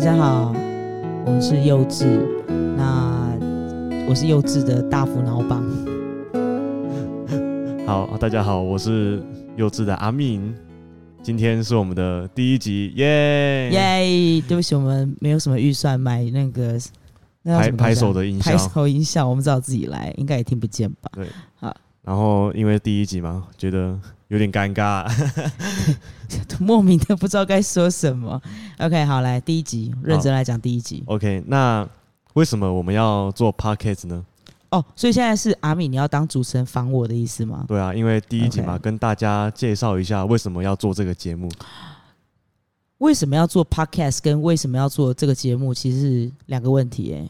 家好，我们是幼稚。那我是幼稚的大福脑榜。好，大家好，我是幼稚的阿敏，今天是我们的第一集，耶耶、对不起，我们没有什么预算买那个那叫拍什么东西啊拍手的拍。音效手音效，我们只好自己来，应该也听不见吧？ 然后因为第一集嘛，觉得有点尴尬， 莫名的不知道该说什么。OK，好，来第一集，认真来讲第一集 OK，那为什么我们要做 podcast 呢？哦。所以现在是阿米，你要当主持人防我的意思吗？对啊，因为第一集嘛 OK 跟大家介绍一下为什么要做这个节目。为什么要做 podcast 跟为什么要做这个节目，其实是两个问题诶、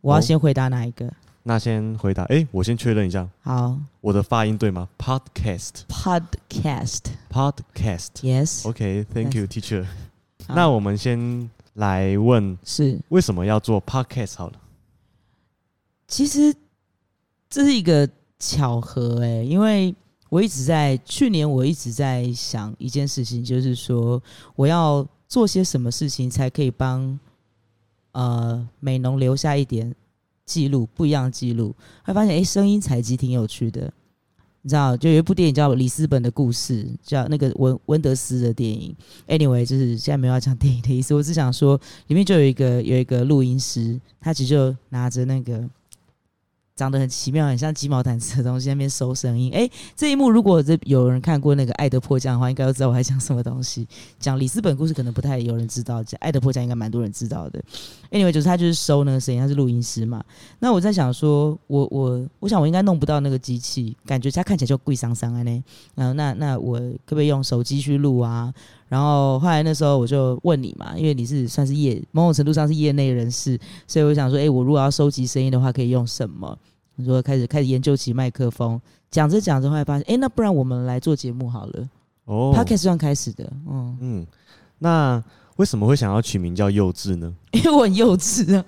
我要哦先回答哪一个？那先回答，诶，我先确认一下好我的发音对吗？podcast，podcast。 ，podcast，yes。 OK，Thank、you, teacher。好那我们先来问是为什么要做 podcast 好了。其实这是一个巧合哎、因为我一直在去年我一直在想一件事情，就是说我要做些什么事情才可以帮呃美农留下一点记录，不一样的记录。会发现哎、诶声音采集挺有趣的。你知道，就有一部电影叫《里斯本的故事》，叫那个温温德斯的电影。Anyway，就是现在没有要讲电影的意思，我只想说，里面就有一个有一个录音师，他其实就拿着那个长得很奇妙、很像鸡毛掸子的东西在那边收声音。哎、这一幕如果这有人看过那个《爱的迫降》的话，应该都知道我在讲什么东西。讲里斯本故事可能不太有人知道，讲《爱的迫降》应该蛮多人知道的。Anyway，就是他就是收那个声音，他是录音师嘛。那我在想说，我我我想我应该弄不到那个机器，感觉它看起来就贵桑桑啊呢。然后那那我可不可以用手机去录啊？然后后来那时候我就问你嘛，因为你是算是业某种程度上是业内人士，所以我想说，哎、我如果要收集声音的话，可以用什么？你说开始开始研究起麦克风，讲着讲着，后来发现，哎、那不然我们来做节目好了、哦 p o d c a s t 上开始的，嗯，嗯，那为什么会想要取名叫幼稚呢？因为我很幼稚啊。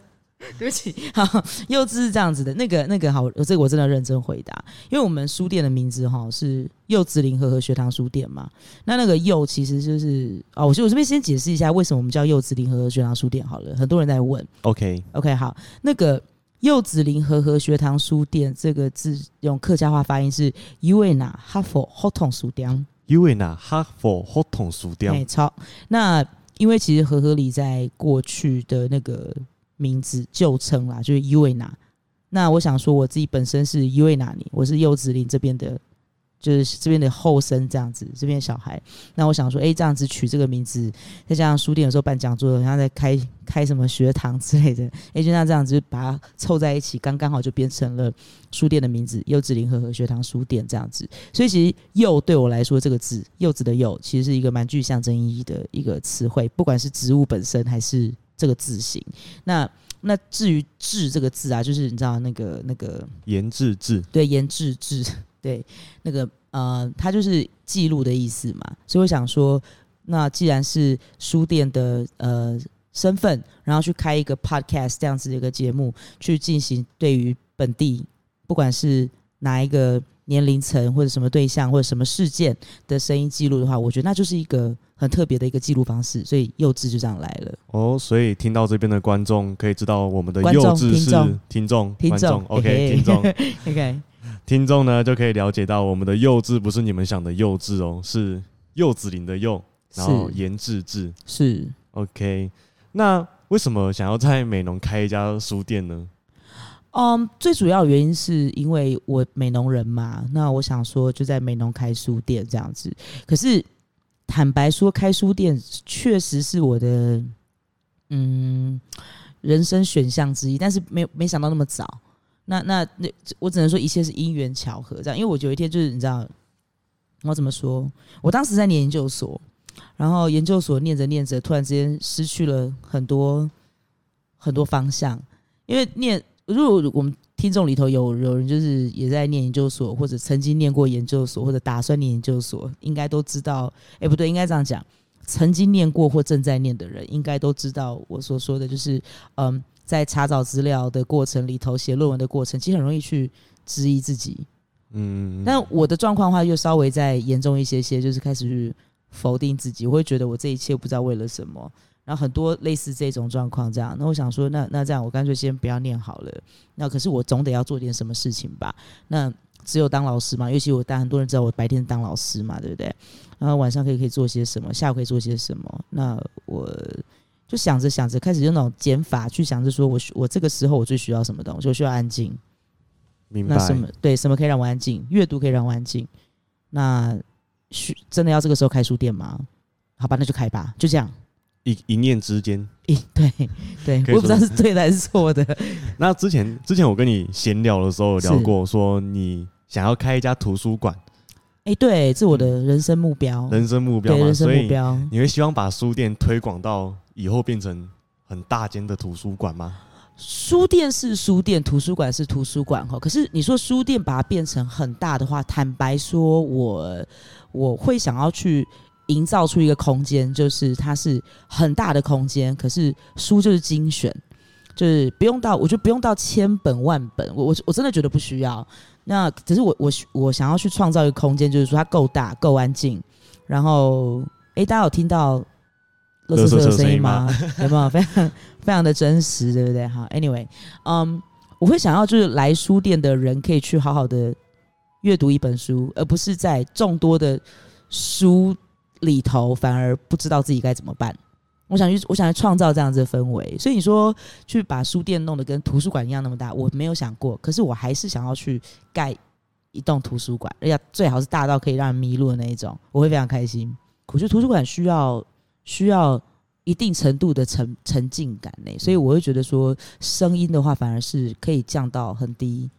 对不起，好，幼稚是这样子的。那个那个好，这个我真的认真回答，因为我们书店的名字哈是幼稚林和和学堂书店嘛。那那个幼其实就是哦，我就我这边先解释一下为什么我们叫幼稚林和和学堂书店好了，很多人在问。 OK， OK，好，那个柚子林和和学堂书店这个字用客家话发音是 u n a 哈佛 hoton 书店，因为呢，哈佛活动输掉，没错。哎那因为其实和和里在过去的那个名字旧称啦，就是 u n a 那我想说，我自己本身是 u n a 你，我是柚子林这边的。就是这边的后生这样子，这边的小孩。那我想说，哎、这样子取这个名字，再加上书店有时候办讲座，然后再开开什么学堂之类的，哎、就像这样子把它凑在一起，刚刚好就变成了书店的名字——柚子林和和学堂书店这样子。所以其实“柚”对我来说，这个字“柚子”的“柚”其实是一个蛮具象征意义的一个词汇，不管是植物本身还是这个字形。那那至于“志”这个字啊，就是你知道那个那个研制制，对，言志志，对，那个呃，它就是记录的意思嘛。所以我想说，那既然是书店的呃身份，然后去开一个 podcast 这样子的一个节目，去进行对于本地不管是哪一个年龄层或者什么对象或者什么事件的声音记录的话，我觉得那就是一个很特别的一个记录方式。所以幼稚就这样来了。哦，所以听到这边的观众可以知道我们的观幼众稚听是众听众听观众嘿嘿众，OK，听众 OK，听众呢就可以了解到我们的幼稚不是你们想的幼稚哦，是柚子林的柚，然后是研制制是。 ，OK，那为什么想要在美农开一家书店呢？嗯最主要的原因是因为我美农人嘛，那我想说就在美农开书店这样子。可是坦白说，开书店确实是我的嗯人生选项之一，但是没有没想到那么早。那那那，我只能说一切是因缘巧合这样，因为我有一天就是你知道，我怎么说？我当时在念研究所，然后研究所念着念着，突然之间失去了很多很多方向，因为念如果我们听众里头有有人就是也在念研究所，或者曾经念过研究所，或者打算念研究所，应该都知道。哎、不对，应该这样讲，曾经念过或正在念的人，应该都知道我所说的就是，嗯，在查找资料的过程里头，写论文的过程，其实很容易去质疑自己。嗯，但我的状况的话，又稍微再严重一些些，就是开始去否定自己，我会觉得我这一切不知道为了什么。然后很多类似这种状况这样。那我想说，那那这样我干脆先不要念好了。那可是我总得要做点什么事情吧？那只有当老师嘛，尤其我当很多人知道我白天当老师嘛，对不对？然后晚上可以可以做些什么，下午可以做些什么？那我就想着想着，开始用那种减法去想着说我需我这个时候我最需要什么东西，我需要安静。明白那。什么对什么可以让我安静？阅读可以让我安静。那需真的要这个时候开书店吗？好吧，那就开吧，就这样。一一念之间。咦，对对，可以我也不知道说是对的还是错 的。那之前之前我跟你闲聊的时候有聊是过，说你想要开一家图书馆，哎，对，这我的人生目标，人生目哦标对嘛，人生所目以标。你会希望把书店推广到以后变成很大间的图书馆嗯吗？书店是书店，图书馆是图书馆哈。可是你说书店把它变成很大的话，坦白说我我会想要去营造出一个空间，就是它是很大的空间，可是书就是精选，就是不用到，我觉得不用到千本万本，我我我真的觉得不需要。那只是我我我想要去创造一个空间，就是说它够大、够安静。然后，诶，大家有听到垃圾车的声音吗？有没有非常非常的真实，对不对？好，anyway，嗯，我会想要就是来书店的人可以去好好的阅读一本书，而不是在众多的书里头反而不知道自己该怎么办。我想去，我想去创造这样子的氛围。所以你说去把书店弄得跟图书馆一样那么大，我没有想过。可是我还是想要去盖一栋图书馆，而且最好是大到可以让人迷路的那一种，我会非常开心。我觉得图书馆需要需要一定程度的沉沉浸感呢、所以我会觉得说，声音的话反而是可以降到很低。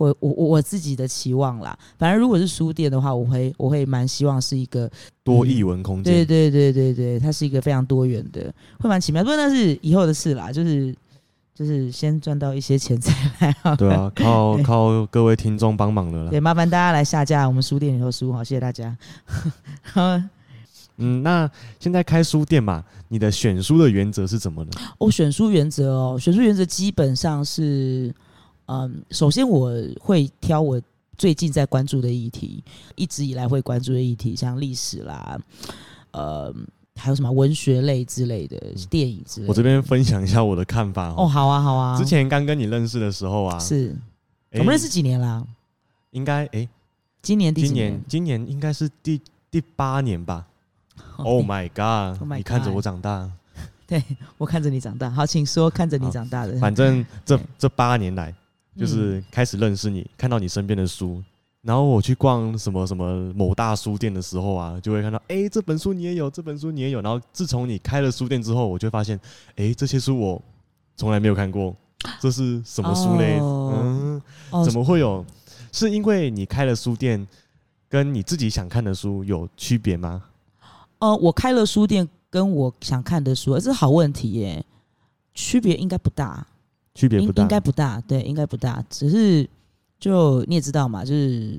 我我我我自己的期望啦，反正如果是书店的话，我会我会蛮希望是一个多译文空间，对对对对对，它是一个非常多元的，会蛮奇妙。不过那是以后的事啦，就是就是先赚到一些钱再来好了。对啊，靠靠各位听众帮忙了啦 对，。麻烦大家来下架我们书店里头书哈，谢谢大家。 然后嗯，那现在开书店嘛，你的选书的原则是怎么呢？哦，选书原则哦，选书原则基本上是，嗯，首先我会挑我最近在关注的议题，一直以来会关注的议题，像历史啦，呃，还有什么文学类之类的，电影之类的。嗯我这边分享一下我的看法哦，哦。好啊，好啊，之前刚跟你认识的时候啊，是、我诶们认识几年啦、应该诶，今年第几今年今年应该是第第八年吧。Oh 哦 my god！ Oh my 你看着 god 我长大，我看着你长大，好，请说看着你长大的，嗯反正这对嗯这八年来，就是开始认识你，看到你身边的书。然后我去逛什么什么某大书店的时候啊，就会看到，诶，这本书你也有，这本书你也有。然后自从你开了书店之后，我就会发现，诶，这些书我从来没有看过，这是什么书嘞？哦嗯，哦怎么会有？是因为你开了书店，跟你自己想看的书有区别吗？呃，我开了书店，跟我想看的书，呃这是好问题耶，区别应该不大，区别应不大，应该不大，对，应该不大，只是就你也知道嘛，就是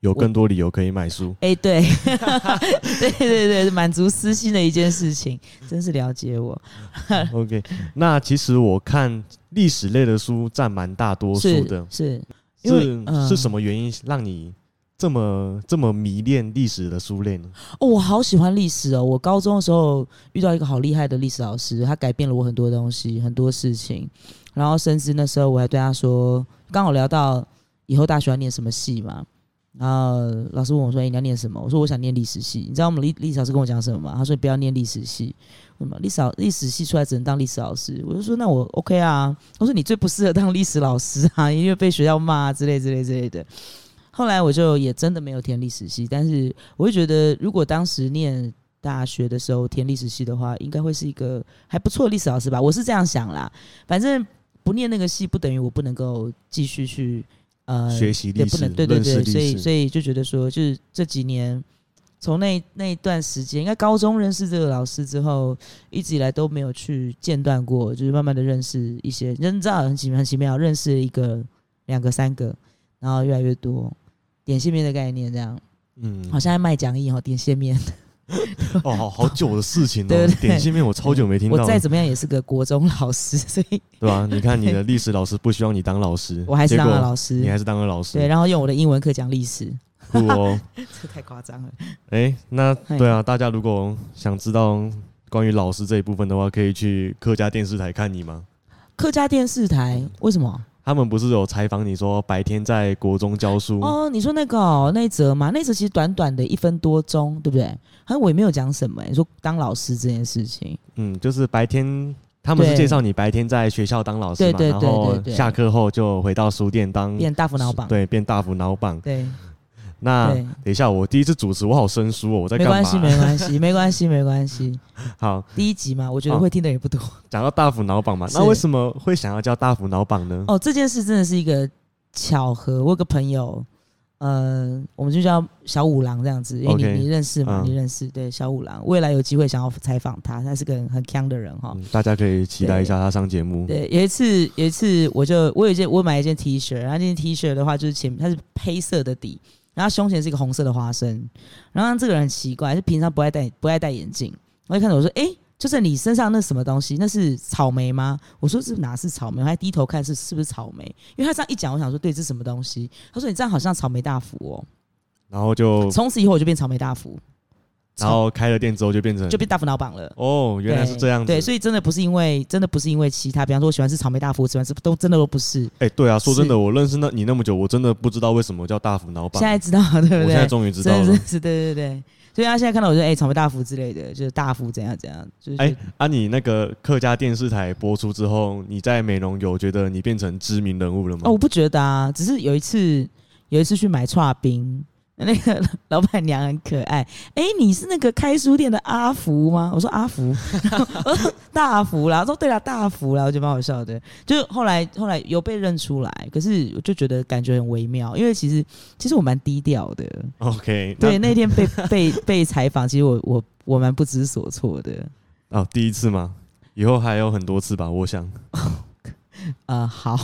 有更多理由可以买书。哎、对， 对对对，满足私心的一件事情，真是了解我， OK，那其实我看历史类的书占蛮大多数是的，是，因为是、嗯是什么原因让你这么这么迷恋历史的书类呢？哦，我好喜欢历史哦！我高中的时候遇到一个好厉害的历史老师，他改变了我很多东西，很多事情。然后甚至那时候我还对他说，刚好聊到以后大学要念什么系嘛，然后老师问我说：“哎、你要念什么？”我说：“我想念历史系。”你知道我们历历史老师跟我讲什么吗？他说：“你不要念历史系，为什么？历史老历史系出来只能当历史老师。”我就说：“那我 OK 啊。”我说：“你最不适合当历史老师啊，因为被学校骂啊之类之类之类的。”后来我就也真的没有填历史系，但是我会觉得，如果当时念大学的时候填历史系的话，应该会是一个还不错的历史老师吧。我是这样想啦，反正不念那个系，不等于我不能够继续去呃学习对历不史，能对对认对，识所以历史，所以就觉得说，就是这几年从那那一段时间，应该高中认识这个老师之后，一直以来都没有去间断过，就是慢慢的认识一些，人知道很奇妙很奇妙，认识一个、两个、三个，然后越来越多。点线面的概念，这样嗯好像在卖讲义哦，点线面。哦，好好久的事情 哦，对对对点心面我超久没听到我了，再怎么样也是个国中老师，所以 对吧、你看你的历史老师不希望你当老师，我还是当了老结果你师。还是当了老师，对，然后用我的英文课讲历史，酷 哦。这太夸张了。哎、那嘿对啊，大家如果想知道关于老师这一部分的话，可以去客家电视台看你吗？客家电视台为什么？他们不是有采访你说白天在国中教书，哦，你说那个、哦、那一则嘛，那一则其实短短的一分多钟，对不对？好像我也没有讲什么、你说当老师这件事情，嗯，就是白天他们是对介绍你白天在学校当老师对嘛，对然对后对对下课后就回到书店当变大幅脑榜，对，变大幅脑榜。嗯对啊那对等一下，我第一次主持，我好生疏哦，我在没干嘛？关系，没关系，没关系，没关系。好，第一集嘛，我觉得哦会听的也不多。讲到大幅脑榜嘛，那是为什么会想要叫大幅脑榜呢？哦，这件事真的是一个巧合。我有个朋友，呃，我们就叫小五郎这样子，因为你 OK，你认识嘛，嗯你认识对小五郎。未来有机会想要采访他，他是个很很强的人哈。嗯大家可以期待一下他上节目。对，有一次，有一次，我就我有一件，我买一件 T 恤，然后那件 T 恤的话，就是前它是黑色的底，然后胸前是一个红色的花生，然后这个人很奇怪，就平常不爱戴不爱戴眼镜，我一看到我说，诶，就是你身上那什么东西，那是草莓吗？我说这哪是草莓？我还低头看是是不是草莓，因为他这样一讲，我想说对，这是什么东西？他说你这样好像草莓大福哦、然后就，从此以后我就变草莓大福，然后开了店之后就变成就变大福脑榜了。哦，原来是这样子。对，所以真的不是因为，真的不是因为其他，比方说我喜欢吃草莓大福，我喜欢吃都真的都不是，哎、对啊，说真的，是我认识那你那么久，我真的不知道为什么叫大幅脑榜。现在知道 了对不对？我现在终于知道真的了是。是，对对对。所以他现在看到我说，哎、草莓大福之类的，就是大福怎样怎样，就是哎、啊，你那个客家电视台播出之后，你在美容有觉得你变成知名人物了吗？哦，我不觉得啊，只是有一次有一次去买串冰， 那个老板娘很可爱，哎、你是那个开书店的阿福吗？我说阿福， 然后我说大福啦，我说对啦，大福啦，我觉得蛮好笑的。就后来后来有被认出来，可是我就觉得感觉很微妙，因为其实其实我蛮低调的， OK，那对，那天被 被被采访，其实我我我蛮不知所措的。哦，第一次吗？以后还有很多次吧，我想。呃，好，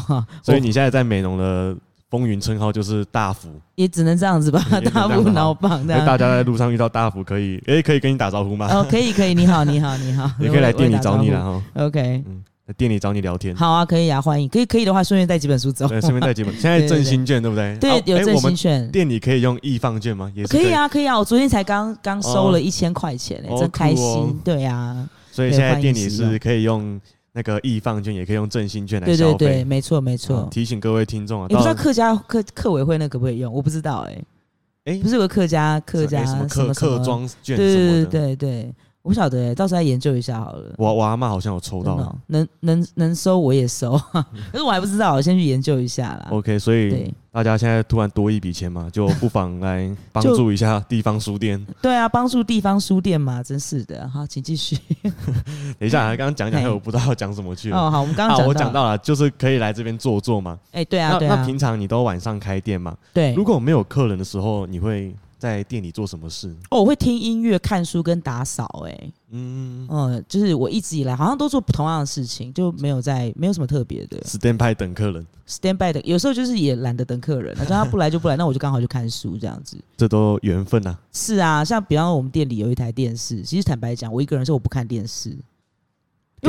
所我以你现在在美容的风云称号就是大福，也只能这样子吧也，只能大这样步吧脑棒这那大样。家在路上遇到大福可以，哎、可以跟你打招呼吗？ 哦，可以可以，你好你好你 好，也可以来店里找你啦，了。哈， OK，来店里找你聊天。好啊，可以啊，欢迎，可以可以的话，顺便带几本书走。对，顺便 带几本。现在对对振兴券对不对？ 对啊，有哎振我们兴券，店里可以用易放券吗？也是可以。啊可以啊，我昨天才刚刚收了一千块钱欸哦真开酷哦心。对啊，所以对现在欢迎店里使用是可以用那个易放券，也可以用振兴券来啊对消对费。对，没错没啊错。提醒各位听众啊，也不知道到客家客客委会那可不可以用，我不知道哎。哎不是有个客家客家哎什什么客么客庄券对什对么的。对对，我不晓得欸，到时候再研究一下好了。我我阿妈好像有抽真到的哦能能能收我也收， 可是我还不知道，我先去研究一下啦。 ，OK，所以啊对大家现在突然多一笔 钱嘛，就不妨来帮就助一下地方书店。对啊，帮助地方书店嘛，真是的。好，请继续。等一下啊，刚刚讲讲，嘿我不知道讲什么去了。哎哦，好，我们刚啊，刚我讲讲，到了，就是可以来这边坐坐嘛。哎，对啊，那对那啊，平常你都晚上开店嘛？对如。果没有客人的时候，你会在店里做什么事？哦，我会听音乐、看书跟打扫、哎，嗯嗯，就是我一直以来好像都做同样的事情，就没有在没有什么特别的，stand by 等客人， stand by 的。有时候就是也懒得等客人，反正他不来就不来，那我就刚好就看书这样子。这都缘分啊。是啊，像比方说我们店里有一台电视，其实坦白讲，我一个人是我不看电视，因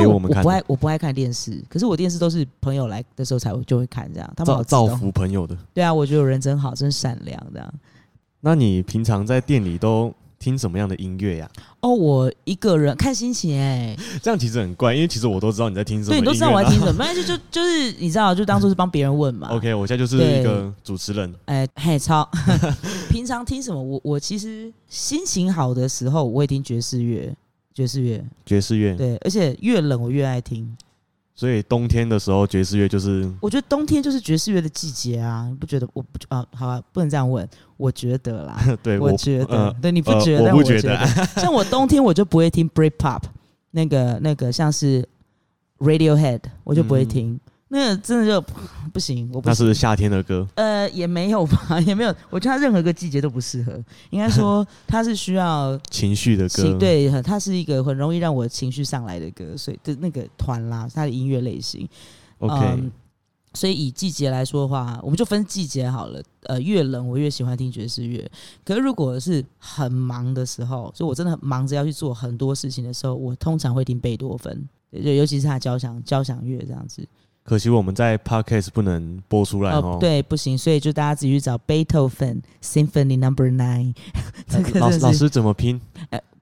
给为我我们我看不爱我不爱看电视，可是我电视都是朋友来的时候才会就会看这样，他们造好造自动福朋友的。对啊，我觉得有人真好，真善良的。那你平常在店里都听什么样的音乐呀、哦，我一个人看心情哎、这样其实很怪，因为其实我都知道你在听什么对音乐。你都知道我在然后听什么，但是就就是你知道，就当做是帮别人问嘛。啊 OK，我现在就是一个主持人，哎、嘿，超。平常听什么？我我其实心情好的时候，我会听爵士乐，爵士乐。爵士乐。对，而且越冷我越爱听。所以冬天的时候，爵士乐就是我觉得冬天就是爵士乐的季节啊，你不觉得？我不啊，好啊，不能这样问，我觉得啦。 对我觉得，呃对，你不呃觉得？我但不我觉觉得像我冬天我就不会听 Britpop，那个那个像是 Radiohead，我就不会听，那个真的就不行，我不 嗯那行。是夏天的歌。呃，也没有吧， 也没有。我觉得它任何一个季节都不适合。应该 说，它是需要情绪的歌情，，对，很它是一个很容易让我情绪上来的歌，所以的那个团啦，它的音乐类型。 ，OK，、嗯所以以季节来说的话，我们就分季节好了。呃，越冷我越喜欢听爵士乐。可是如果是很忙的时候，就我真的很忙着要去做很多事情的时候，我通常会听贝多芬，对就尤其是他的交响交响乐这样子。可惜我们在 Podcast 不能播出来哦。，对，不行，所以就大家自 己去找贝多芬 Symphony Number Nine，这个老真老的是师怎么拼？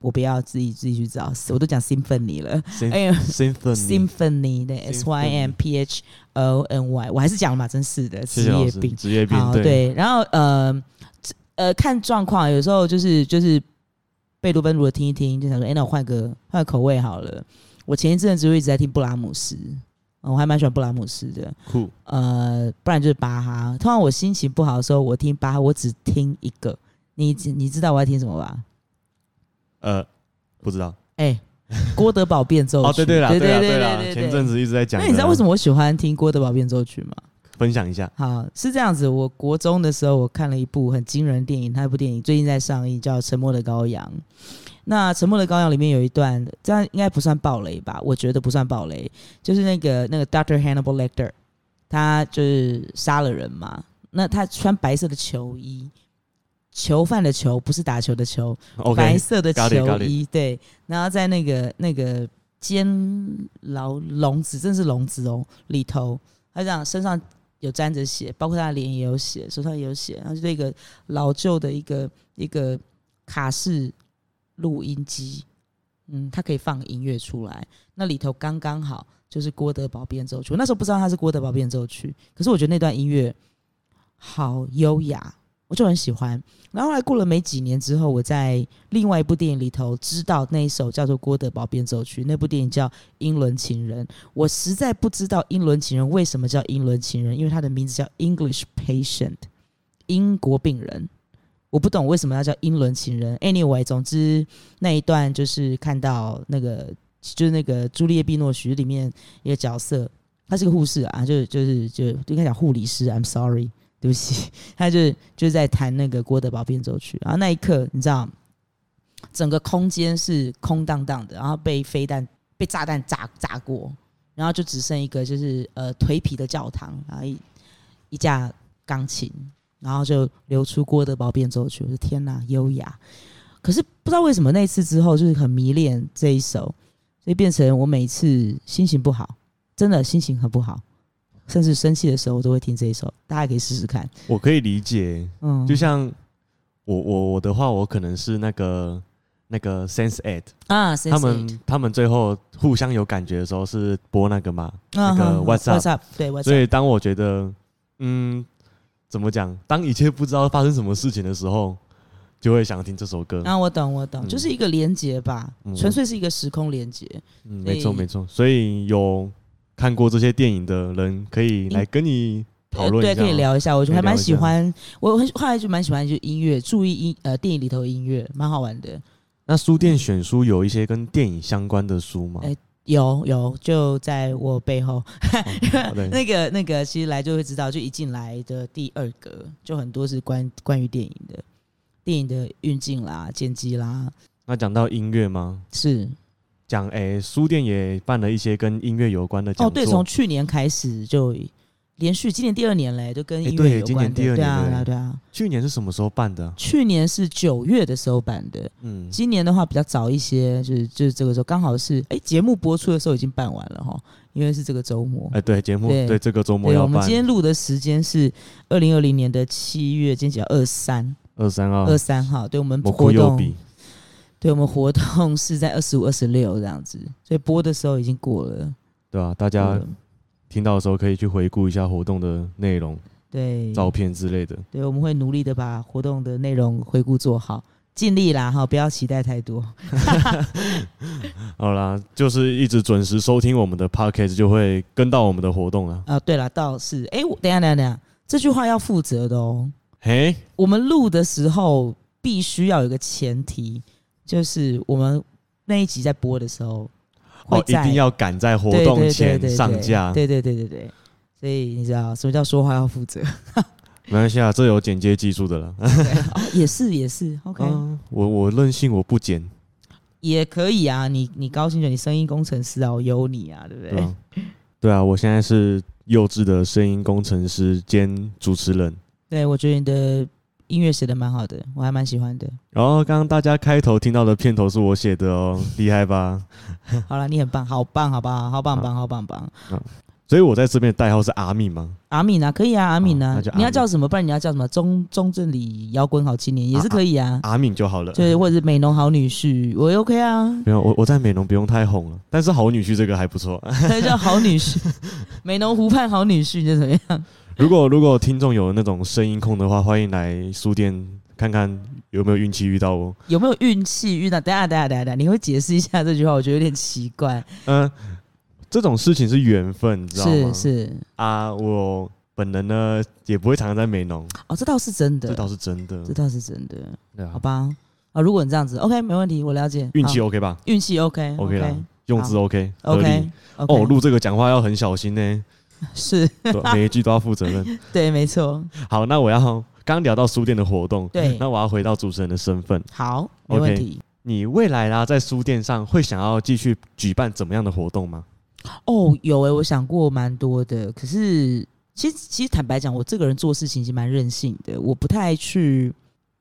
我不要自己自己去找，我都讲 symphony 了，哎 Sym- 呀 Symphony， ，symphony 对，s y m p h o n y，我还是讲了嘛，真是的，谢职谢老业师，病。职业病好，，对，然后呃这呃，看状况，有时候就是就是贝多芬如果听一听，就想说，哎、那我换个换个口味好了。我前一阵子就一直在听布拉姆斯，嗯我还蛮喜欢布拉姆斯的。酷，呃，不然就是巴哈。通常我心情不好的时候，我听巴哈，我只听一个。你你知道我要听什么吧？呃，不知道，哎、郭德堡变奏曲。 哦，对对啦，Oh，对啦，对啦，对前阵子一直在讲，那你知道为什么我喜欢听郭德堡变奏曲吗？分享一下？好，是这样子。我国中的时候，我看了一部很惊人的电影，那部电影最近在上映，叫《沉默的羔羊》。那《沉默的羔羊》里面有一段，这样应该不算暴雷吧？我觉得不算暴雷，就是那个那个 Doctor Hannibal Lecter，他就是杀了人嘛。那他穿白色的球衣，囚犯的囚，不是打球的球，白 OK，色的 got it, 球 got it 衣，对，然后在那个那个监牢笼子，真的是笼子哦，里头，他这样身上有沾着血，包括他的脸也有血，手上也有血，然后就一个老旧的一个一个卡式录音机，嗯，它可以放音乐出来，那里头刚刚好就是郭德堡变奏曲，我那时候不知道它是郭德堡变奏曲，可是我觉得那段音乐好优雅，我就很喜欢。然后后来过了没几年之后，我在另外一部电影里头知道那一首叫做郭德堡变奏曲，那部电影叫《英伦情人》。我实在不知道《英伦情人》为什么叫《英伦情人》，因为它的名字叫 English Patient，英国病人。我不懂为什么要叫英伦情人。Anyway，总之那一段就是看到那个就是那个朱丽叶·碧诺许里面一个角色，她是个护士啊，就就是就应该讲护理师。I'm sorry，对不起，她就是就是在弹那个郭德堡变奏曲，然后那一刻你知道，整个空间是空荡荡的，然后被飞弹被炸弹炸炸过，然后就只剩一个就是呃颓皮的教堂，然后一一架钢琴，然后就流出郭德堡变奏曲，我的天哪，优雅！可是不知道为什么那次之后就是很迷恋这一首，所以变成我每次心情不好，真的心情很不好，甚至生气的时候，我都会听这一首。大家可以试试看，我可以理解，嗯，就像我我我的话，我可能是那个那个 Sense Eight，啊，他 Sense8 们他们最后互相有感觉的时候是播那个嘛，啊那哈个哈 What's Up， What's Up，对 What's 所 Up，以当我觉得嗯怎么讲，当一切不知道发生什么事情的时候，就会想听这首歌。啊，我懂我懂，嗯就是一个连接吧，嗯纯粹是一个时空连接。嗯，所以没错没错，所以有看过这些电影的人可以来跟你讨论一对，下，可以。聊一下，我觉得还蛮喜可欢，我很后来就蛮喜欢就音乐，注意音呃电影里头的音乐，蛮好玩的。那书店选书有一些跟电影相关的书吗？哎有有，就在我背后，哦 对，那个那个，其实来就会知道，就一进来的第二格就很多是关关于电影的，电影的运镜啦、剪辑啦，那讲到音乐吗？是讲哎、书店也办了一些跟音乐有关的讲座。哦，对，从去年开始就连续，今年第二年嘞，就跟哎音对乐有今关的，年第二对啊，年对啊，了对啊，去年是什么时候办的啊？去年是九月的时候办的，嗯，今年的话比较早一些，就是就是这个时候刚好是哎节目播出的时候已经办完了哈，因为是这个周末哎、。对，节目对对这个周末对，要我们办今天录的时间是二零二零年的七月，今天几号？二三二三二二三号。对我们蘑菇活右动比，，对我们活动是在二十五、二十六这样子，所以播的时候已经过了。对吧、大过家了听到的时候可以去回顾一下活动的内容、对，照片之类的。对，我们会努力的把活动的内容回顾做好，尽力啦哈，不要期待太多。好啦，就是一直准时收听我们的 podcast，就会跟到我们的活动啦。啊，对了，倒是哎，我等一下等一下等一下，这句话要负责的哦。嘿，我们录的时候必须要有一个前提，就是我们那一集在播的时候会哦，一在、定要赶在活对动对对前对对上架。对对对对对。所以你知道什么叫说话要负啊 责？没关系啊，这有剪接技术的啦。对哦也是也是，OK，、嗯，我我任性，我不剪，哦也可以啊。你你高兴就你声音工程师啊，我有你啊，对不对？对啊，对啊，我现在是幼稚的声音工程师兼主持人。对，我觉得你的音乐写的蛮好的，我还蛮喜欢的。然后刚刚大家开头听到的片头是我写的哦，厉害吧？好了，你很棒，好棒，好不好？好棒好棒，好棒棒好。所以我在这边的代号是阿密吗？阿敏啊，可以啊，阿敏哦啊那就，阿你要敏叫什么？不然你要叫什么？中中正里摇滚好青年也是可以啊，阿敏就好了。，对，或者是美浓好女婿，我也 OK 啊 没有我我在美容不用太红了，但是好女婿这个还不错。啊那叫好女婿，美浓湖畔好女婿就怎么样？ 如果如果听众有那种声音控的话，欢迎来书店看看有没有运气遇到我。有没有运气遇到？等一下等一下等一下等一下，你会解释一下这句话？我觉得有点奇怪，嗯、这种事情是缘分，你知道吗？是是，啊，我本人呢也不会常常在美容，哦，这倒是真的，这倒是真的这。倒是真的，对啊好，吧？啊，如果你这样子，OK，没问题，我了解。运气好 OK 吧运气 OK ？OK 啦，用字 OK，合 OK 理。 OK，哦，录这个讲话要很小心呢， 是对每一句都要负责任。对，没错，好，那我要刚聊到书店的活动，对那我要回到主持人的身份。好，没问题。你未来啦，在书店上会想要继续举办怎么样的活动吗？哦，有诶、我想过蛮多的，可是其实其实坦白讲，我这个人做事情其实蛮任性的，我不太去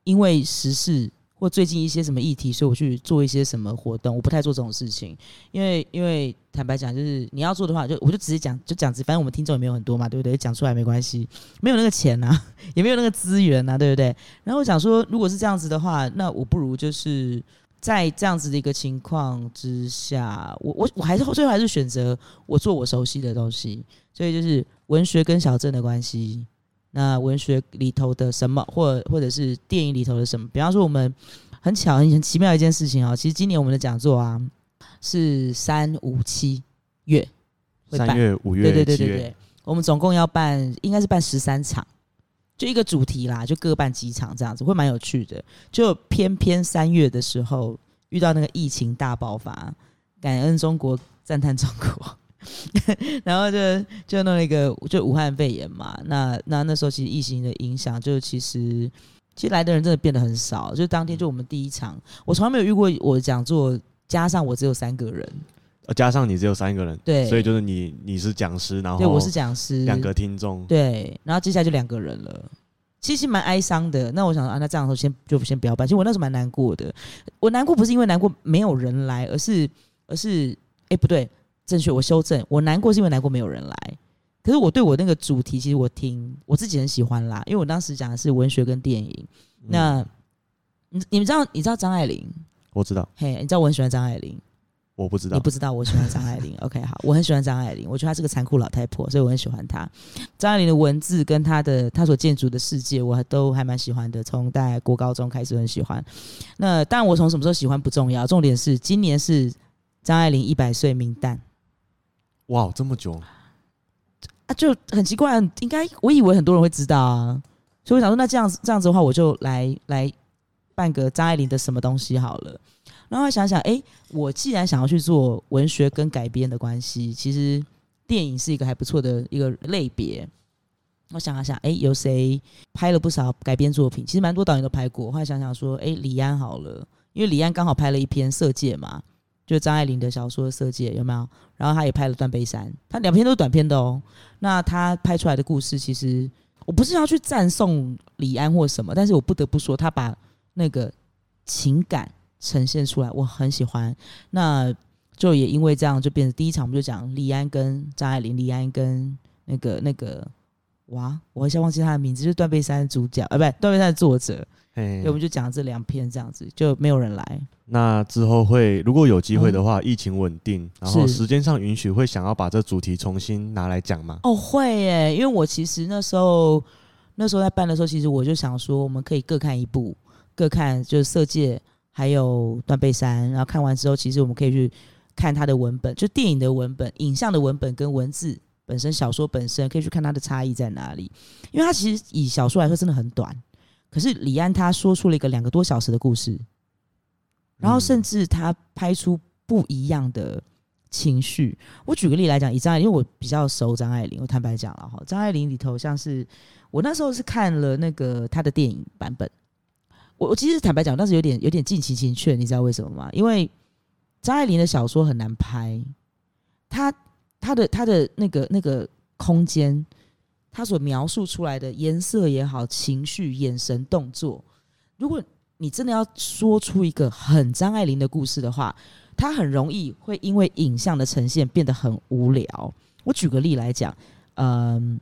因为时事或最近一些什么议题，所以我去做一些什么活动，我不太做这种事情，因为因为坦白讲，就是你要做的话，就我就直接讲，就讲直，反正我们听众也没有很多嘛，对不对？讲出来没关系，没有那个钱呐、 也没有那个资源呐、对不对？然后我想说，如果是这样子的话，那我不如就是。在这样子的一个情况之下，我我我还是最后还是选择我做我熟悉的东西，所以就是文学跟小镇的关系。那文学里头的什么，或或者是电影里头的什么，比方说我们很巧很很奇妙的一件事情啊、其实今年我们的讲座啊是三五七月会办三，月、五月、对对对七对月，对，我们总共要办，应该是办十三场，就一个主题啦，就各办几场这样子，会蛮有趣的。就偏偏三月的时候遇到那个疫情大爆发，感恩中国，赞叹中国。 然后就就弄了一个，就武汉肺炎嘛。那那那时候其实疫情的影响，就其实其实来的人真的变得很少。就当天就我们第一场，我从来没有遇过我讲座加上我只有三个人，呃加上你只有三个人，对所以就是你你是讲师，然后对我是讲师，两个听众，对，然后接下来就两个人了，其实蛮哀伤的。那我想说啊，那这样的时候先就先不要办。其实我那时候蛮难过的，我难过不是因为难过没有人来，而是而是哎、不对，正确，我修正，我难过是因为难过没有人来。可是我对我那个主题，其实我听我自己很喜欢啦，因为我当时讲的是文学跟电影。嗯那你你们知道你知道张爱玲？我知道，嘿，你知道我很喜欢张爱玲。我不知道你，不知道我喜欢张爱玲，OK，好，我很喜欢张爱玲，我觉得她是个残酷老太婆，所以我很喜欢她。张爱玲的文字跟她的她所建筑的世界，我还都还蛮喜欢的，从大概国高中开始很喜欢。那但我从什么时候喜欢不重要，重点是今年是张爱玲一百岁冥诞哇，这么久，啊，就很奇怪，应该我以为很多人会知道啊，所以我想说，那这样子这样子的话，我就来来办个张爱玲的什么东西好了。然后想想，诶，我既然想要去做文学跟改编的关系，其实电影是一个还不错的一个类别。我想了想，诶，有谁拍了不少改编作品？其实蛮多导演都拍过。后来想想说，诶，李安好了，因为李安刚好拍了一篇《色戒》嘛，就张爱玲的小说《色戒》，有没有？然后他也拍了《断背山》，他两篇都是短片的哦。那他拍出来的故事，其实我不是要去赞颂李安或什么，但是我不得不说，他把那个情感呈现出来，我很喜欢。那就也因为这样，就变成第一场我们就讲李安跟张爱玲，李安跟那个那个。哇，我一下忘记他的名字，就是《断背山》的主角，呃，不对，《断背山》的作者。嘿对，我，们就讲这两篇这样子，就没有人来。那之后会如果有机会的话，疫情稳定，然后嗯是时间上允许，会想要把这主题重新拿来讲吗？哦，会耶，因为我其实那时候那时候在办的时候，其实我就想说，我们可以各看一部，各看就是《色戒》还有《断背山》，然后看完之后，其实我们可以去看它的文本，就电影的文本、影像的文本跟文字本身、小说本身，可以去看它的差异在哪里。因为它其实以小说来说真的很短，可是李安他说出了一个两个多小时的故事，然后甚至至他拍出不一样的情绪。我举个例来讲，以张爱玲，因为我比较熟张爱玲，我坦白讲了哈，张爱玲里头像是我那时候是看了那个她的电影版本，我我其实坦白讲，我当时有点有点近期情怯，你知道为什么吗？因为张爱玲的小说很难拍，她她的她的那个那个空间。她所描述出来的颜色也好，情绪、眼神、动作，如果你真的要说出一个很张爱玲的故事的话，它很容易会因为影像的呈现变得很无聊。我举个例来讲，嗯，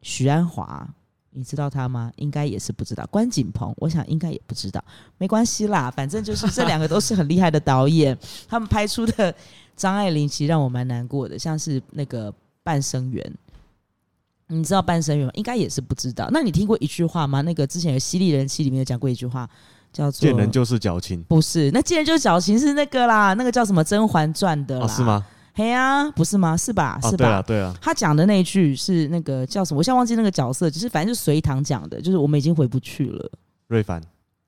许鞍华，你知道他吗？应该也是不知道。关锦鹏，我想应该也不知道，没关系啦，反正就是这两个都是很厉害的导演， 他们拍出的张爱玲其实让我蛮难过的，像是那个《半生缘》。你知道半生缘吗？应该也是不知道。那你听过一句话吗？那个之前有《犀利人妻》里面有讲过一句话，叫做见人就是矫情不是，那既然就矫情是那个啦，那个叫什么《甄嬛传》的啦、哦，是？吗？嘿呀、不是吗？是吧？哦，嗯是对吧？啊，对啊，他讲的那一句是那个叫什么？我现在忘记那个角色，就是反正就隋唐讲的，就是我们已经回不去了。瑞凡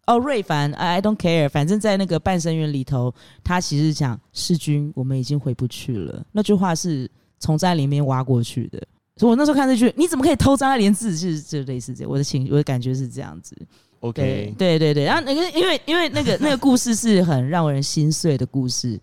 哦，瑞凡，I I don't care，反正在那个半生缘里头，他其实讲世君，我们已经回不去了。那句话是从张爱玲里面挖过去的，所以我那时候看这句，你怎么可以偷张爱玲字？就是就类似这样，我的情我的感觉是这样子。对，OK，对对对，然后那个因为因为那 个那个故事是很让人心碎的故事，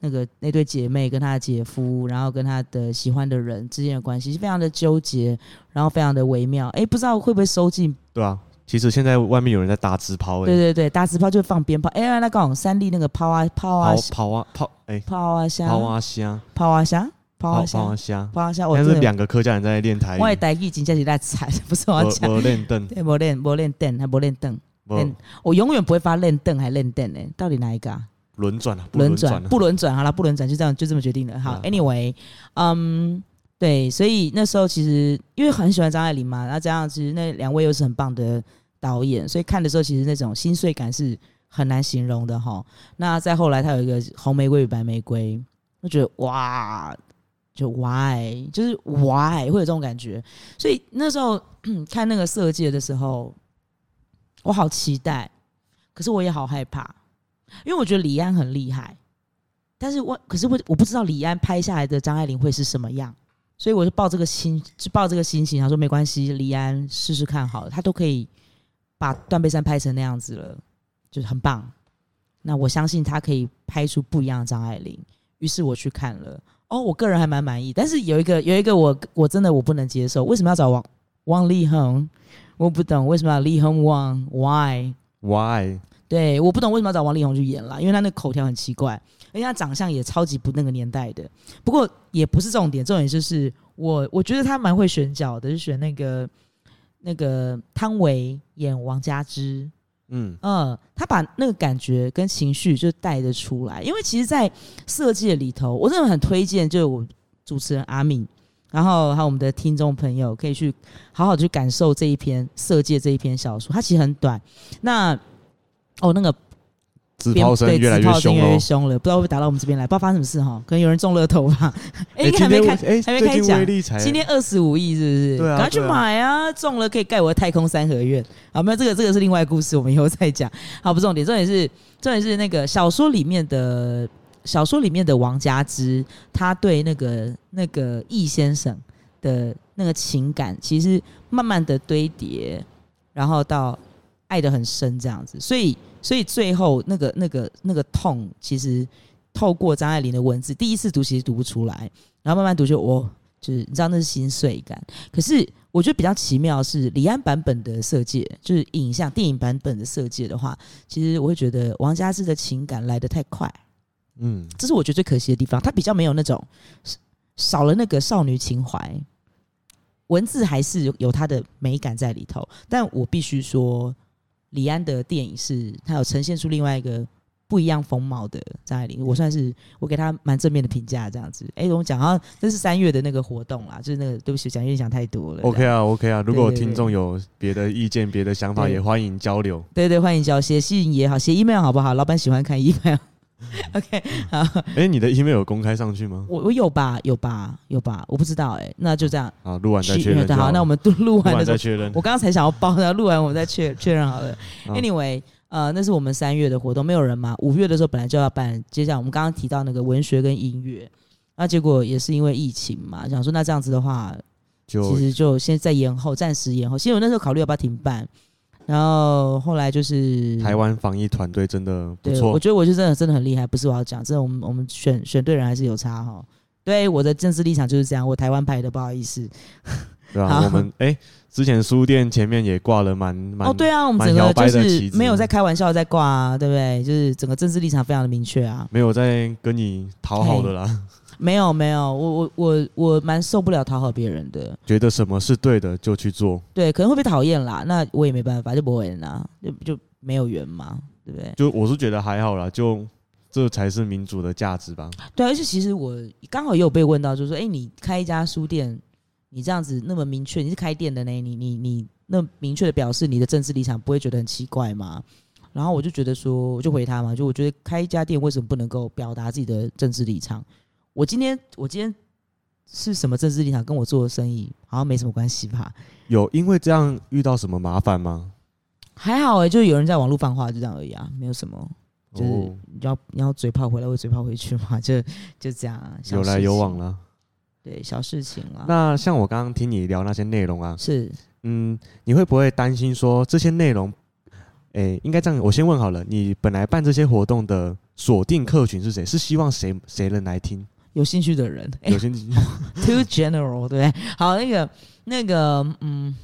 那个那对姐妹跟她的姐夫，然后跟她的喜欢的人之间的关系是非常的纠结，然后非常的微妙，哎，不知道会不会收进？对啊。其实现在外面有人在打自抛、对哎，对对，打纸炮就放鞭炮，哎，那刚好三立那个抛啊抛啊抛抛啊抛，哎、抛啊虾抛啊虾，抛啊虾抛抛啊抛啊虾虾。抛啊虾，我但真是的两个客家人在练台语，我也台语真正是在惨， 不是我要我讲，我练凳，对，没练没练凳，还没练凳，我练我永远不会发练凳还练凳呢，到底哪一个啊？轮转啊，不轮转转啊不轮转，好了，不轮转就这样，就这么决定了。好、啊 a n y w a y 嗯，对，所以那时候其实因为很喜欢张爱玲嘛，然后加上其实那两位又是很棒的导演，所以看的时候其实那种心碎感是很难形容的哈。那再后来，他有一个《红玫瑰与白玫瑰》，我觉得哇，就 why 就是 why 会有这种感觉，所以那时候 看那个《色戒》的时候，我好期待，可是我也好害怕，因为我觉得李安很厉害，但是我可是我我不知道李安拍下来的张爱玲会是什么样，所以我就抱这个心，就抱这个心情，然后说没关系，李安试试看好了，他都可以把《断背山》拍成那样子了，就是很棒。那我相信他可以拍出不一样的张爱玲，于是我去看了，哦，我个人还蛮满意，但是有一个有一个我我真的我不能接受，为什么要找王王力宏？我不懂为什么要力宏王，why？ ，why？对，我不懂为什么要找王力宏去演啦，因为他那个口条很奇怪，而且他长相也超级不那个年代的。不过也不是重点，重点就是我我觉得他蛮会选角的，就选那个那个汤唯演王佳芝，嗯，嗯，他把那个感觉跟情绪就带得出来，因为其实，在设计里头，我真的很推荐，就是我主持人阿敏，然后还有我们的听众朋友，可以去好好地去感受这一篇设计这一篇小说，它其实很短。那哦，那个自鞭抛声对越来自越炮声凶越来喽越。凶了，不知道会不会打到我们这边来，不知道发生什么事哈，可能有人中乐透吧。哎、 应该今还没天看，哎，还没最开近奖威力才今天二十五亿是不是？对啊赶快去对啊买啊！中了可以盖我的太空三合院。好，没有这个，这个是另外的故事，我们以后再讲。 好，不重点，重点是重点是那个小说里面的小说里面的王佳芝，她对那个那个易先生的那个情感，其实慢慢的堆叠，然后到爱的很深这样子，所以所以最后那个那个那个痛，其实透过张爱玲的文字，第一次读其实读不出来，然后慢慢读就哦，就是你知道那是心碎感。可是我觉得比较奇妙的是李安版本的《色戒》，就是影像电影版本的《色戒》的话，其实我会觉得王家之的情感来得太快，嗯，这是我觉得最可惜的地方，他比较没有那种少了那个少女情怀。文字还是有有它的美感在里头，但我必须说，李安的电影是他有呈现出另外一个不一样风貌的张爱玲，我算是我给他蛮正面的评价这样子。哎、我们讲到这是三月的那个活动啦，就是那个对不起，讲有点讲太多了。 OK 啊，OK 啊，如果对对听众有别的意见、别的想法，对也欢迎交流。对对，欢迎交写信也好，写 email 好不好？老板喜欢看 email。OK，好，哎，你的 email 有公开上去吗？我我有吧，有吧，有吧，我不知道哎、那就这样。啊，录完再去确认就了。好，那我们录录录完完的时再候，确认嗯我。刚刚才想要报，然后录完我们再确确认 好了。好 Anyway，呃，那是我们三月的活动，没有人嘛。五月的时候本来就要办，接下来我们刚刚提到那个文学跟音乐，那结果也是因为疫情嘛，想说那这样子的话，就其实就先在延后，暂时延后。其实我那时候考虑要不要停办，然后后来就是台湾防疫团队真的不对，错我，觉得我就真的真的很厉害，不是我要讲，真的我们我们选选对人还是有差哈。对我的政治立场就是这样，我台湾牌的，不好意思。对吧、好我们哎、之前书店前面也挂了蛮蛮哦，对啊，我们蛮整个摇就摆的是旗帜没有在开玩笑，在挂、啊，对不对？就是整个政治立场非常的明确啊。没有在跟你讨好的啦，没有没有，我我我我蛮受不了讨好别人的，觉得什么是对的就去做，对，可能会被讨厌啦，那我也没办法，就不会啦，就就没有缘嘛，对不对？就我是觉得还好啦，就这才是民主的价值吧。对啊，而且其实我刚好也有被问到，就是说，哎、你开一家书店，你这样子那么明确，你是开店的呢，你你你那么明确的表示你的政治立场，不会觉得很奇怪吗？然后我就觉得说，我就回他嘛，就我觉得开一家店为什么不能够表达自己的政治立场？我今天我今天是什么政治立场，跟我做的生意好像没什么关系吧？有因为这样遇到什么麻烦吗？还好哎、就有人在网络放话，就这样而已啊，没有什么。就是哦，你要你要嘴炮回来，我嘴炮回去嘛，就就这样啊，小有来事有情啊往，啦。对小事情啦。那像我刚刚听你聊那些内容啊，是嗯，你会不会担心说这些内容？诶、应该这样，我先问好了，你本来办这些活动的锁定客群是谁？是希望谁谁能来听？有兴趣的人。 哎、有些 too general，对不对？好，那个那个，嗯，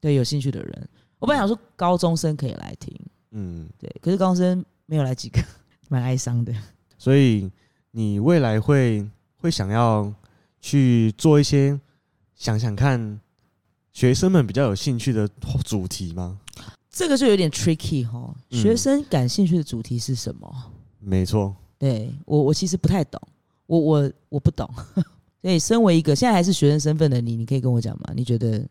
对，有兴趣的人，我本来想说高中生可以来听，嗯，对，可是高中生没有来几个， 蛮哀伤的。所以你未来会会想要去做一些想想看学生们比较有兴趣的主题吗？这个就有点 tricky 哈，嗯学生感兴趣的主题是什么？没错，对我，我其实不太懂，我我我不懂。 所以，身为一个现在还是学生身份的你，你可以跟我讲吗？你觉得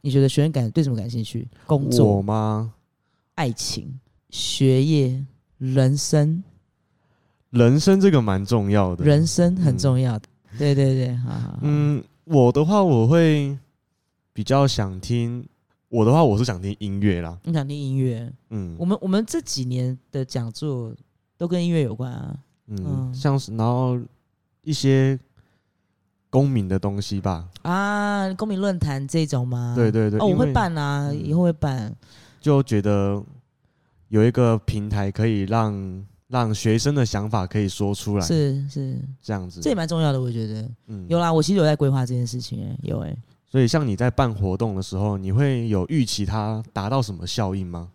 你觉得学生感对什么感兴趣？工我作、吗？爱情、学业、人生。人生这个蛮重要的。人生很重要的。对对对，好好好嗯，我的话我会比较想听，我的话我是想听音乐啦。你想听音乐？嗯我们我们这几年的讲座都跟音乐有关啊。嗯，嗯像是然后一些公民的东西吧。啊，公民论坛这种吗？对对对，哦，我因为会办啊，嗯以后会办。就觉得有一个平台可以让让学生的想法可以说出来，是是，这样子这。也蛮重要的，我觉得。嗯，有啦，我其实有在规划这件事情、欸，有哎、所以像你在办活动的时候，你会有预期它达到什么效应吗？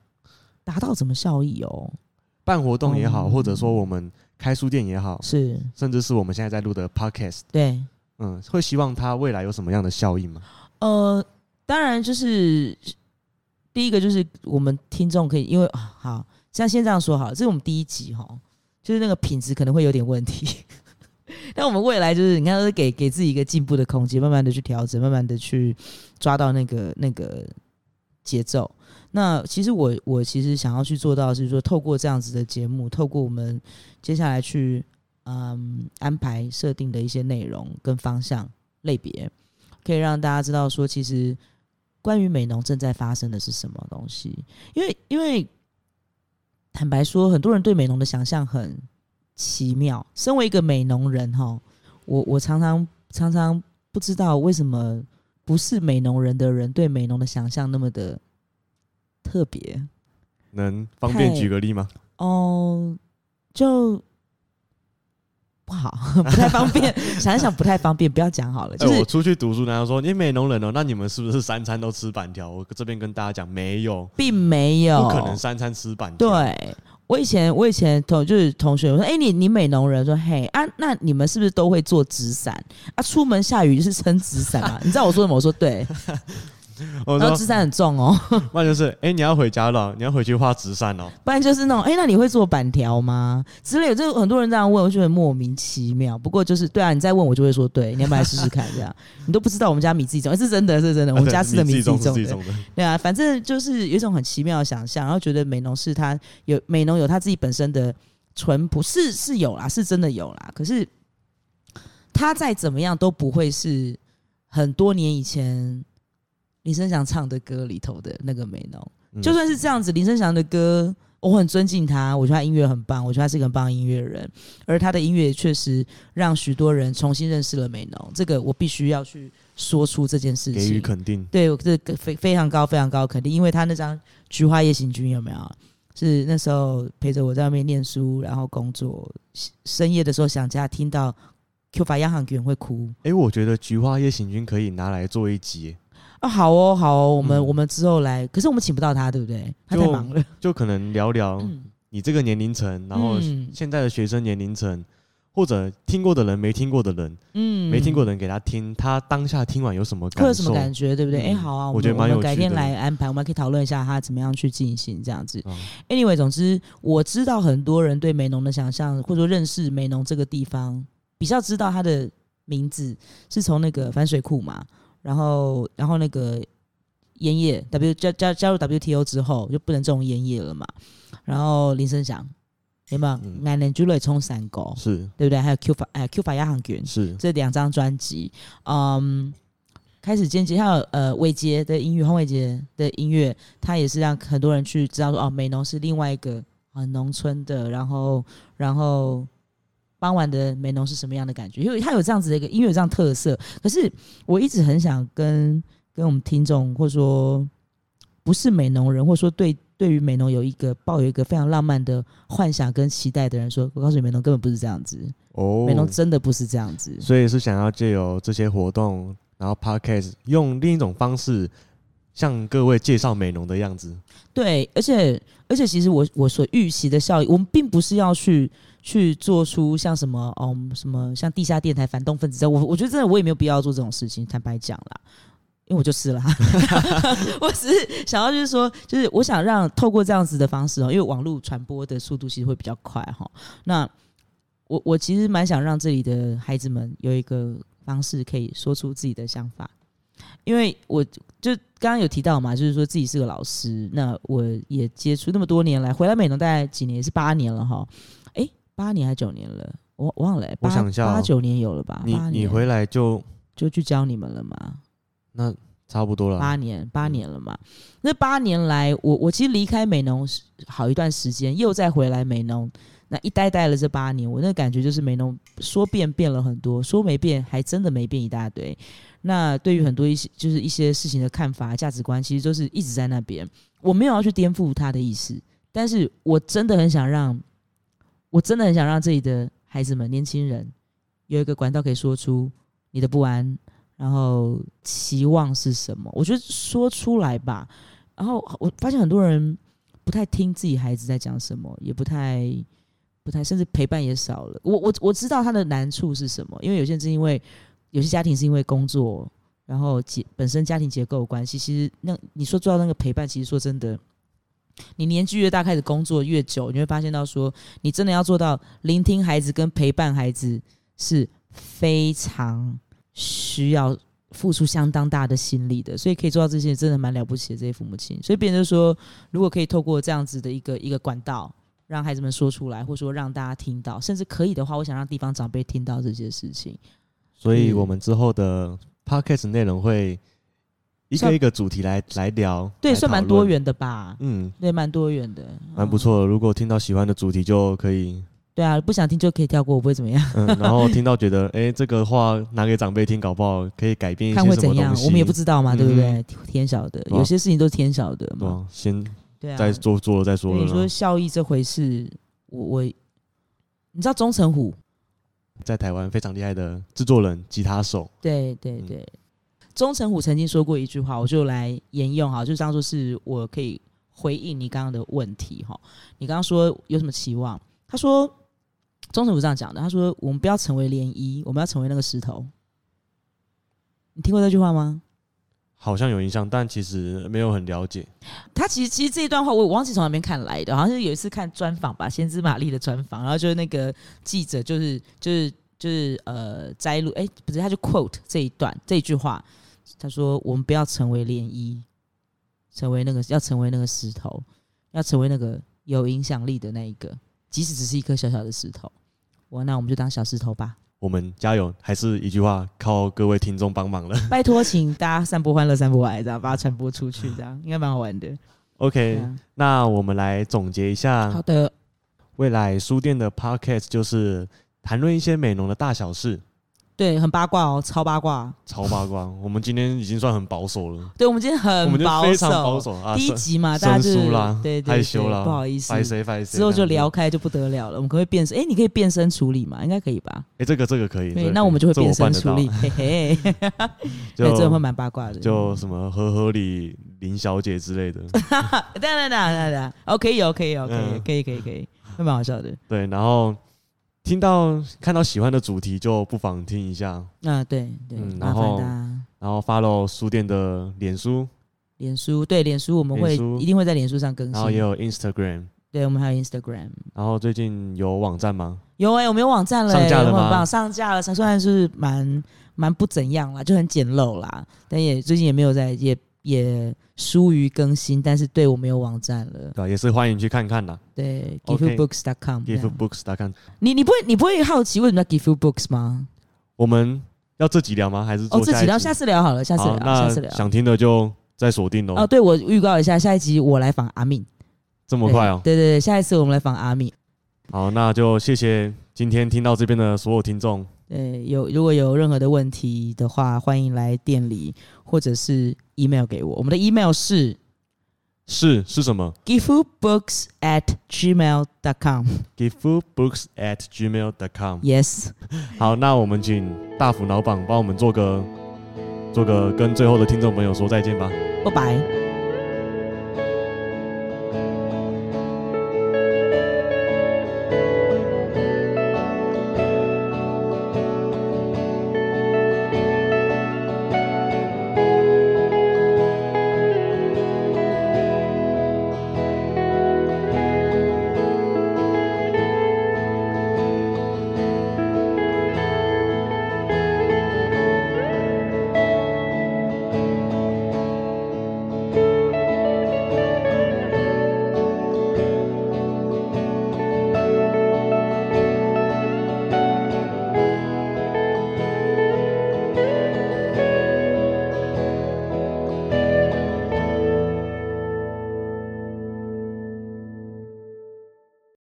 达到什么效益哦？办活动也好，哦或者说我们开书店也好，是甚至是我们现在在录的 podcast，对，嗯，会希望它未来有什么样的效应吗？呃，当然就是第一个就是我们听众可以，因为啊好，像先这样说好了，这是我们第一集哈，就是那个品质可能会有点问题。 但我们未来就是，你看，都是给给自己一个进步的空间，慢慢的去调整，慢慢的去抓到那个那个节奏。那其实我我其实想要去做到的是说，透过这样子的节目，透过我们接下来去嗯安排设定的一些内容跟方向类别，可以让大家知道说，其实关于美农正在发生的是什么东西。因为因为坦白说，很多人对美农的想象很奇妙。身为一个美农人哈，我我常常常常不知道为什么不是美农人的人对美农的想象那么的特别能方便太举个例吗？哦，就。不好， 不太方便。想一想，不太方便，不要讲好了。哎、就是、我出去读书，然后说你美容人哦，那你们是不是三餐都吃板条？我这边跟大家讲，没有，并没有，不可能三餐吃板条。，哦对我以前，我以前同就是同学，我说，哎、你你美农人，说，嘿啊，那你们是不是都会做纸伞啊？出门下雨就是撑纸伞啊嘛？你知道我说什么？我说对，我然后说纸伞很重哦，那就是，哎、你要回家了，你要回去画纸扇哦。不然就是那种，哎、那你会做板条吗？之类的，就很多人这样问，我就觉得莫名其妙。不过就是，对啊，你再问我就会说对，你要不要来试试看？这样 你都不知道我们家米自己种，哎是真的，是 真的，我们家吃的 你米自自己种己是种自己的。种的， 对啊，反正就是有一种很奇妙的想象，然后觉得美浓是它有美浓有它自己本身的淳朴，是是有啦，是真的有啦。可是它再怎么样都不会是很多年以前林声祥唱的歌里头的那个美浓。嗯就算是这样子，林声祥的歌我很尊敬他，我觉得他音乐很棒，我觉得他是一个很棒的音乐人，而他的音乐也确实让许多人重新认识了美浓。这个我必须要去说出这件事情，给予肯定。对，我这个非非常高非常高的肯定，因为他那张《菊花夜行军》有没有？是那时候陪着我在外面念书，然后工作，深夜的时候想家，听到 Q 法央行员会哭哎，我觉得《菊花夜行军》可以拿来做一集，啊。好哦，好哦，我们、嗯我们之后来，可是我们请不到他，对不对？他太就哦忙了。就可能聊聊你这个年龄层，然后嗯现在的学生年龄层，或者听过的人、没听过的人，嗯没听过的人给他听，他当下听完有什么会有感什受么？感觉，对不对？嗯哎、好啊，我们我觉得蛮有我们改趣的天来安排，我们可以讨论一下他怎么样去进行这样子。啊 Anyway，总之我知道很多人对梅农的想象，或者说认识梅农这个地方，比较知道它的名字是从那个反水库嘛，然后然后那个烟叶 W 加加加入 WTO 之后就不能种烟叶了嘛，然后林声祥有没有？嗯南年居瑞冲三狗，是对不对？还有 Q 法哎 Q 法亚航卷，是，这两张专辑，嗯，开始间接还有呃伟杰的音乐，黄伟杰的音乐，他也是让很多人去知道说哦，美农是另外一个很农村的，然后然后傍晚的美农是什么样的感觉，因为他有这样子的一个音乐有这样特色。可是我一直很想跟跟我们听众，或说不是美农人，或说对。对于美农有一个抱有一个非常浪漫的幻想跟期待的人说，我告诉你，美农根本不是这样子，哦美农真的不是这样子。所以是想要借由这些活动，然后 podcast 用另一种方式向各位介绍美容的样子。对，而且而且，其实我我所预期的效益，我们并不是要去去做出像什么哦什么像地下电台反动分子这样，我我觉得真的我也没有必要做这种事情，坦白讲啦，因为我就是啦， 我只是想要就是说，就是我想让透过这样子的方式哦，因为网络传播的速度其实会比较快哈、那我我其实蛮想让这里的孩子们有一个方式可以说出自己的想法，因为我就刚刚有提到嘛，就是说自己是个老师，那我也接触那么多年来，回来美农大概几年，也是八年了哈，诶，八年还九年了，我我忘了、我八想一下哦八九年有了吧？你八你年回来就就去教你们了嘛？那差不多了八啊，年，八年了嘛。那八年来，我我其实离开美农是好一段时间，又再回来美农，那一待待了这八年，我那感觉就是美农说变变了很多，说没变还真的没变一大堆。那对于很多一些就是一些事情的看法、价值观，其实都是一直在那边。我没有要去颠覆他的意思，但是我真的很想让，我真的很想让这里的孩子们、年轻人有一个管道可以说出你的不安，然后期望是什么？我觉得说出来吧。然后我发现很多人不太听自己孩子在讲什么，也不太不太，甚至陪伴也少了。我我我知道他的难处是什么，因为有些人是因为有些家庭是因为工作，然后结本身家庭结构的关系，其实那你说做到那个陪伴，其实说真的。你年纪越大，开始工作越久，你会发现到说，你真的要做到聆听孩子跟陪伴孩子是非常需要付出相当大的心力的，所以可以做到这些，真的蛮了不起的这些父母亲。所以别人就说，如果可以透过这样子的一个一个管道，让孩子们说出来，或说让大家听到，甚至可以的话，我想让地方长辈听到这些事情。所以嗯我们之后的 podcast 内容会一个算一个主题来来聊，对，来算蛮讨多，论元的吧？嗯，对，蛮多元的，蛮嗯。不错的。如果听到喜欢的主题就可以，对啊，不想听就可以跳过，我不会怎么样。嗯，然后听到觉得哎、这个话拿给长辈听，搞不好可以改变一些看会什么怎样东，西。我们也不知道嘛，对不对嗯？天晓得，对啊有些事情都是天晓得对嘛。啊，先对啊，再做做了再说所以了啊你说啦，效益这回事，我我，你知道钟成虎？在台湾非常厉害的制作人、吉他手，对对嗯对，钟成虎曾经说过一句话，我就来沿用哈，就当做是我可以回应你刚刚的问题哈。你刚刚说有什么期望？他说，钟成虎这样讲的，他说我们不要成为涟漪，我们要成为那个石头。你听过这句话吗？好像有印象，但其实没有很了解。他其实其实这一段话我我忘记从哪边看来的，好像是有一次看专访吧，先知玛丽的专访，然后就是那个记者就是就是就是呃摘录，哎、不是，他就 quote 这一段这一句话，他说我们不要成为涟漪，成为那个要成为那个石头，要成为那个有影响力的那一个，即使只是一颗小小的石头，我那我们就当小石头吧，我们加油，还是一句话，靠各位听众帮忙了。拜托，请大家散播欢乐，散播爱，这样把它传播出去，这样应该蛮好玩的。对 OK，、啊那我们来总结一下好，的，未来书店的 Podcast 就是谈论一些美容的大小事。对，很八卦哦，超八卦。超八卦。我们今天已经算很保守了，对，我们今天我很们就保非守，常保守啊，第一生集嘛，大家就生疏啦对对对害羞啦不好意思拜，谁拜谁。之后就这样聊子。开就不得了了。我们可不可以变身？哎、你可以变身处理嘛？应该可以吧？哎，这个这个可以。这个对，可以那我们就会这我变身办得处到理，嘿嘿，对，真的会 就蛮八卦的。就什么和和里林小姐之类的，等等等等等哦，可以哦，可以哦，可以，嗯可以，可以，可以，会蛮好笑的。对，然后听到看到喜欢的主题就不妨听一下，啊，对对，嗯麻烦然后大家。然后 follow 书店的脸书，脸书对脸书，我们脸会书一定会在脸书上更然后也新。有 Instagram，对，我们还有 Instagram。然后最近有网站吗？有哎、我们有网站了、欸，上架了我们很吗棒，上架了，虽然是蛮蛮不怎样啦，就很简陋啦，但也最近也没有在，也也疏于更新，但是对我们有网站了，对啊，也是欢迎去看看啦。对 OK ，gifubooks.com，这 Give 样 Books 大家看，你你不会你不会好奇为什么叫 gifubooks 吗？一我们要这集聊吗？还是哦，做这下集一聊集？下次聊好了，下次好聊，下次那聊。想听的就再锁定哦，喽。对，我预告一下，下一集我来访阿敏，这么对快哦！对对对，下一次我们来访阿敏。好，那就谢谢今天听到这边的所有听众。对，有如果有任何的问题的话，欢迎来店里或者是 email 给我，我们的 email 是是是什么 gifubooks at gmail.com。 ？Give Books at gmail dot com。 Yes，好，那我们请大福老板帮我们做个做个跟最后的听众朋友说再见吧。拜拜。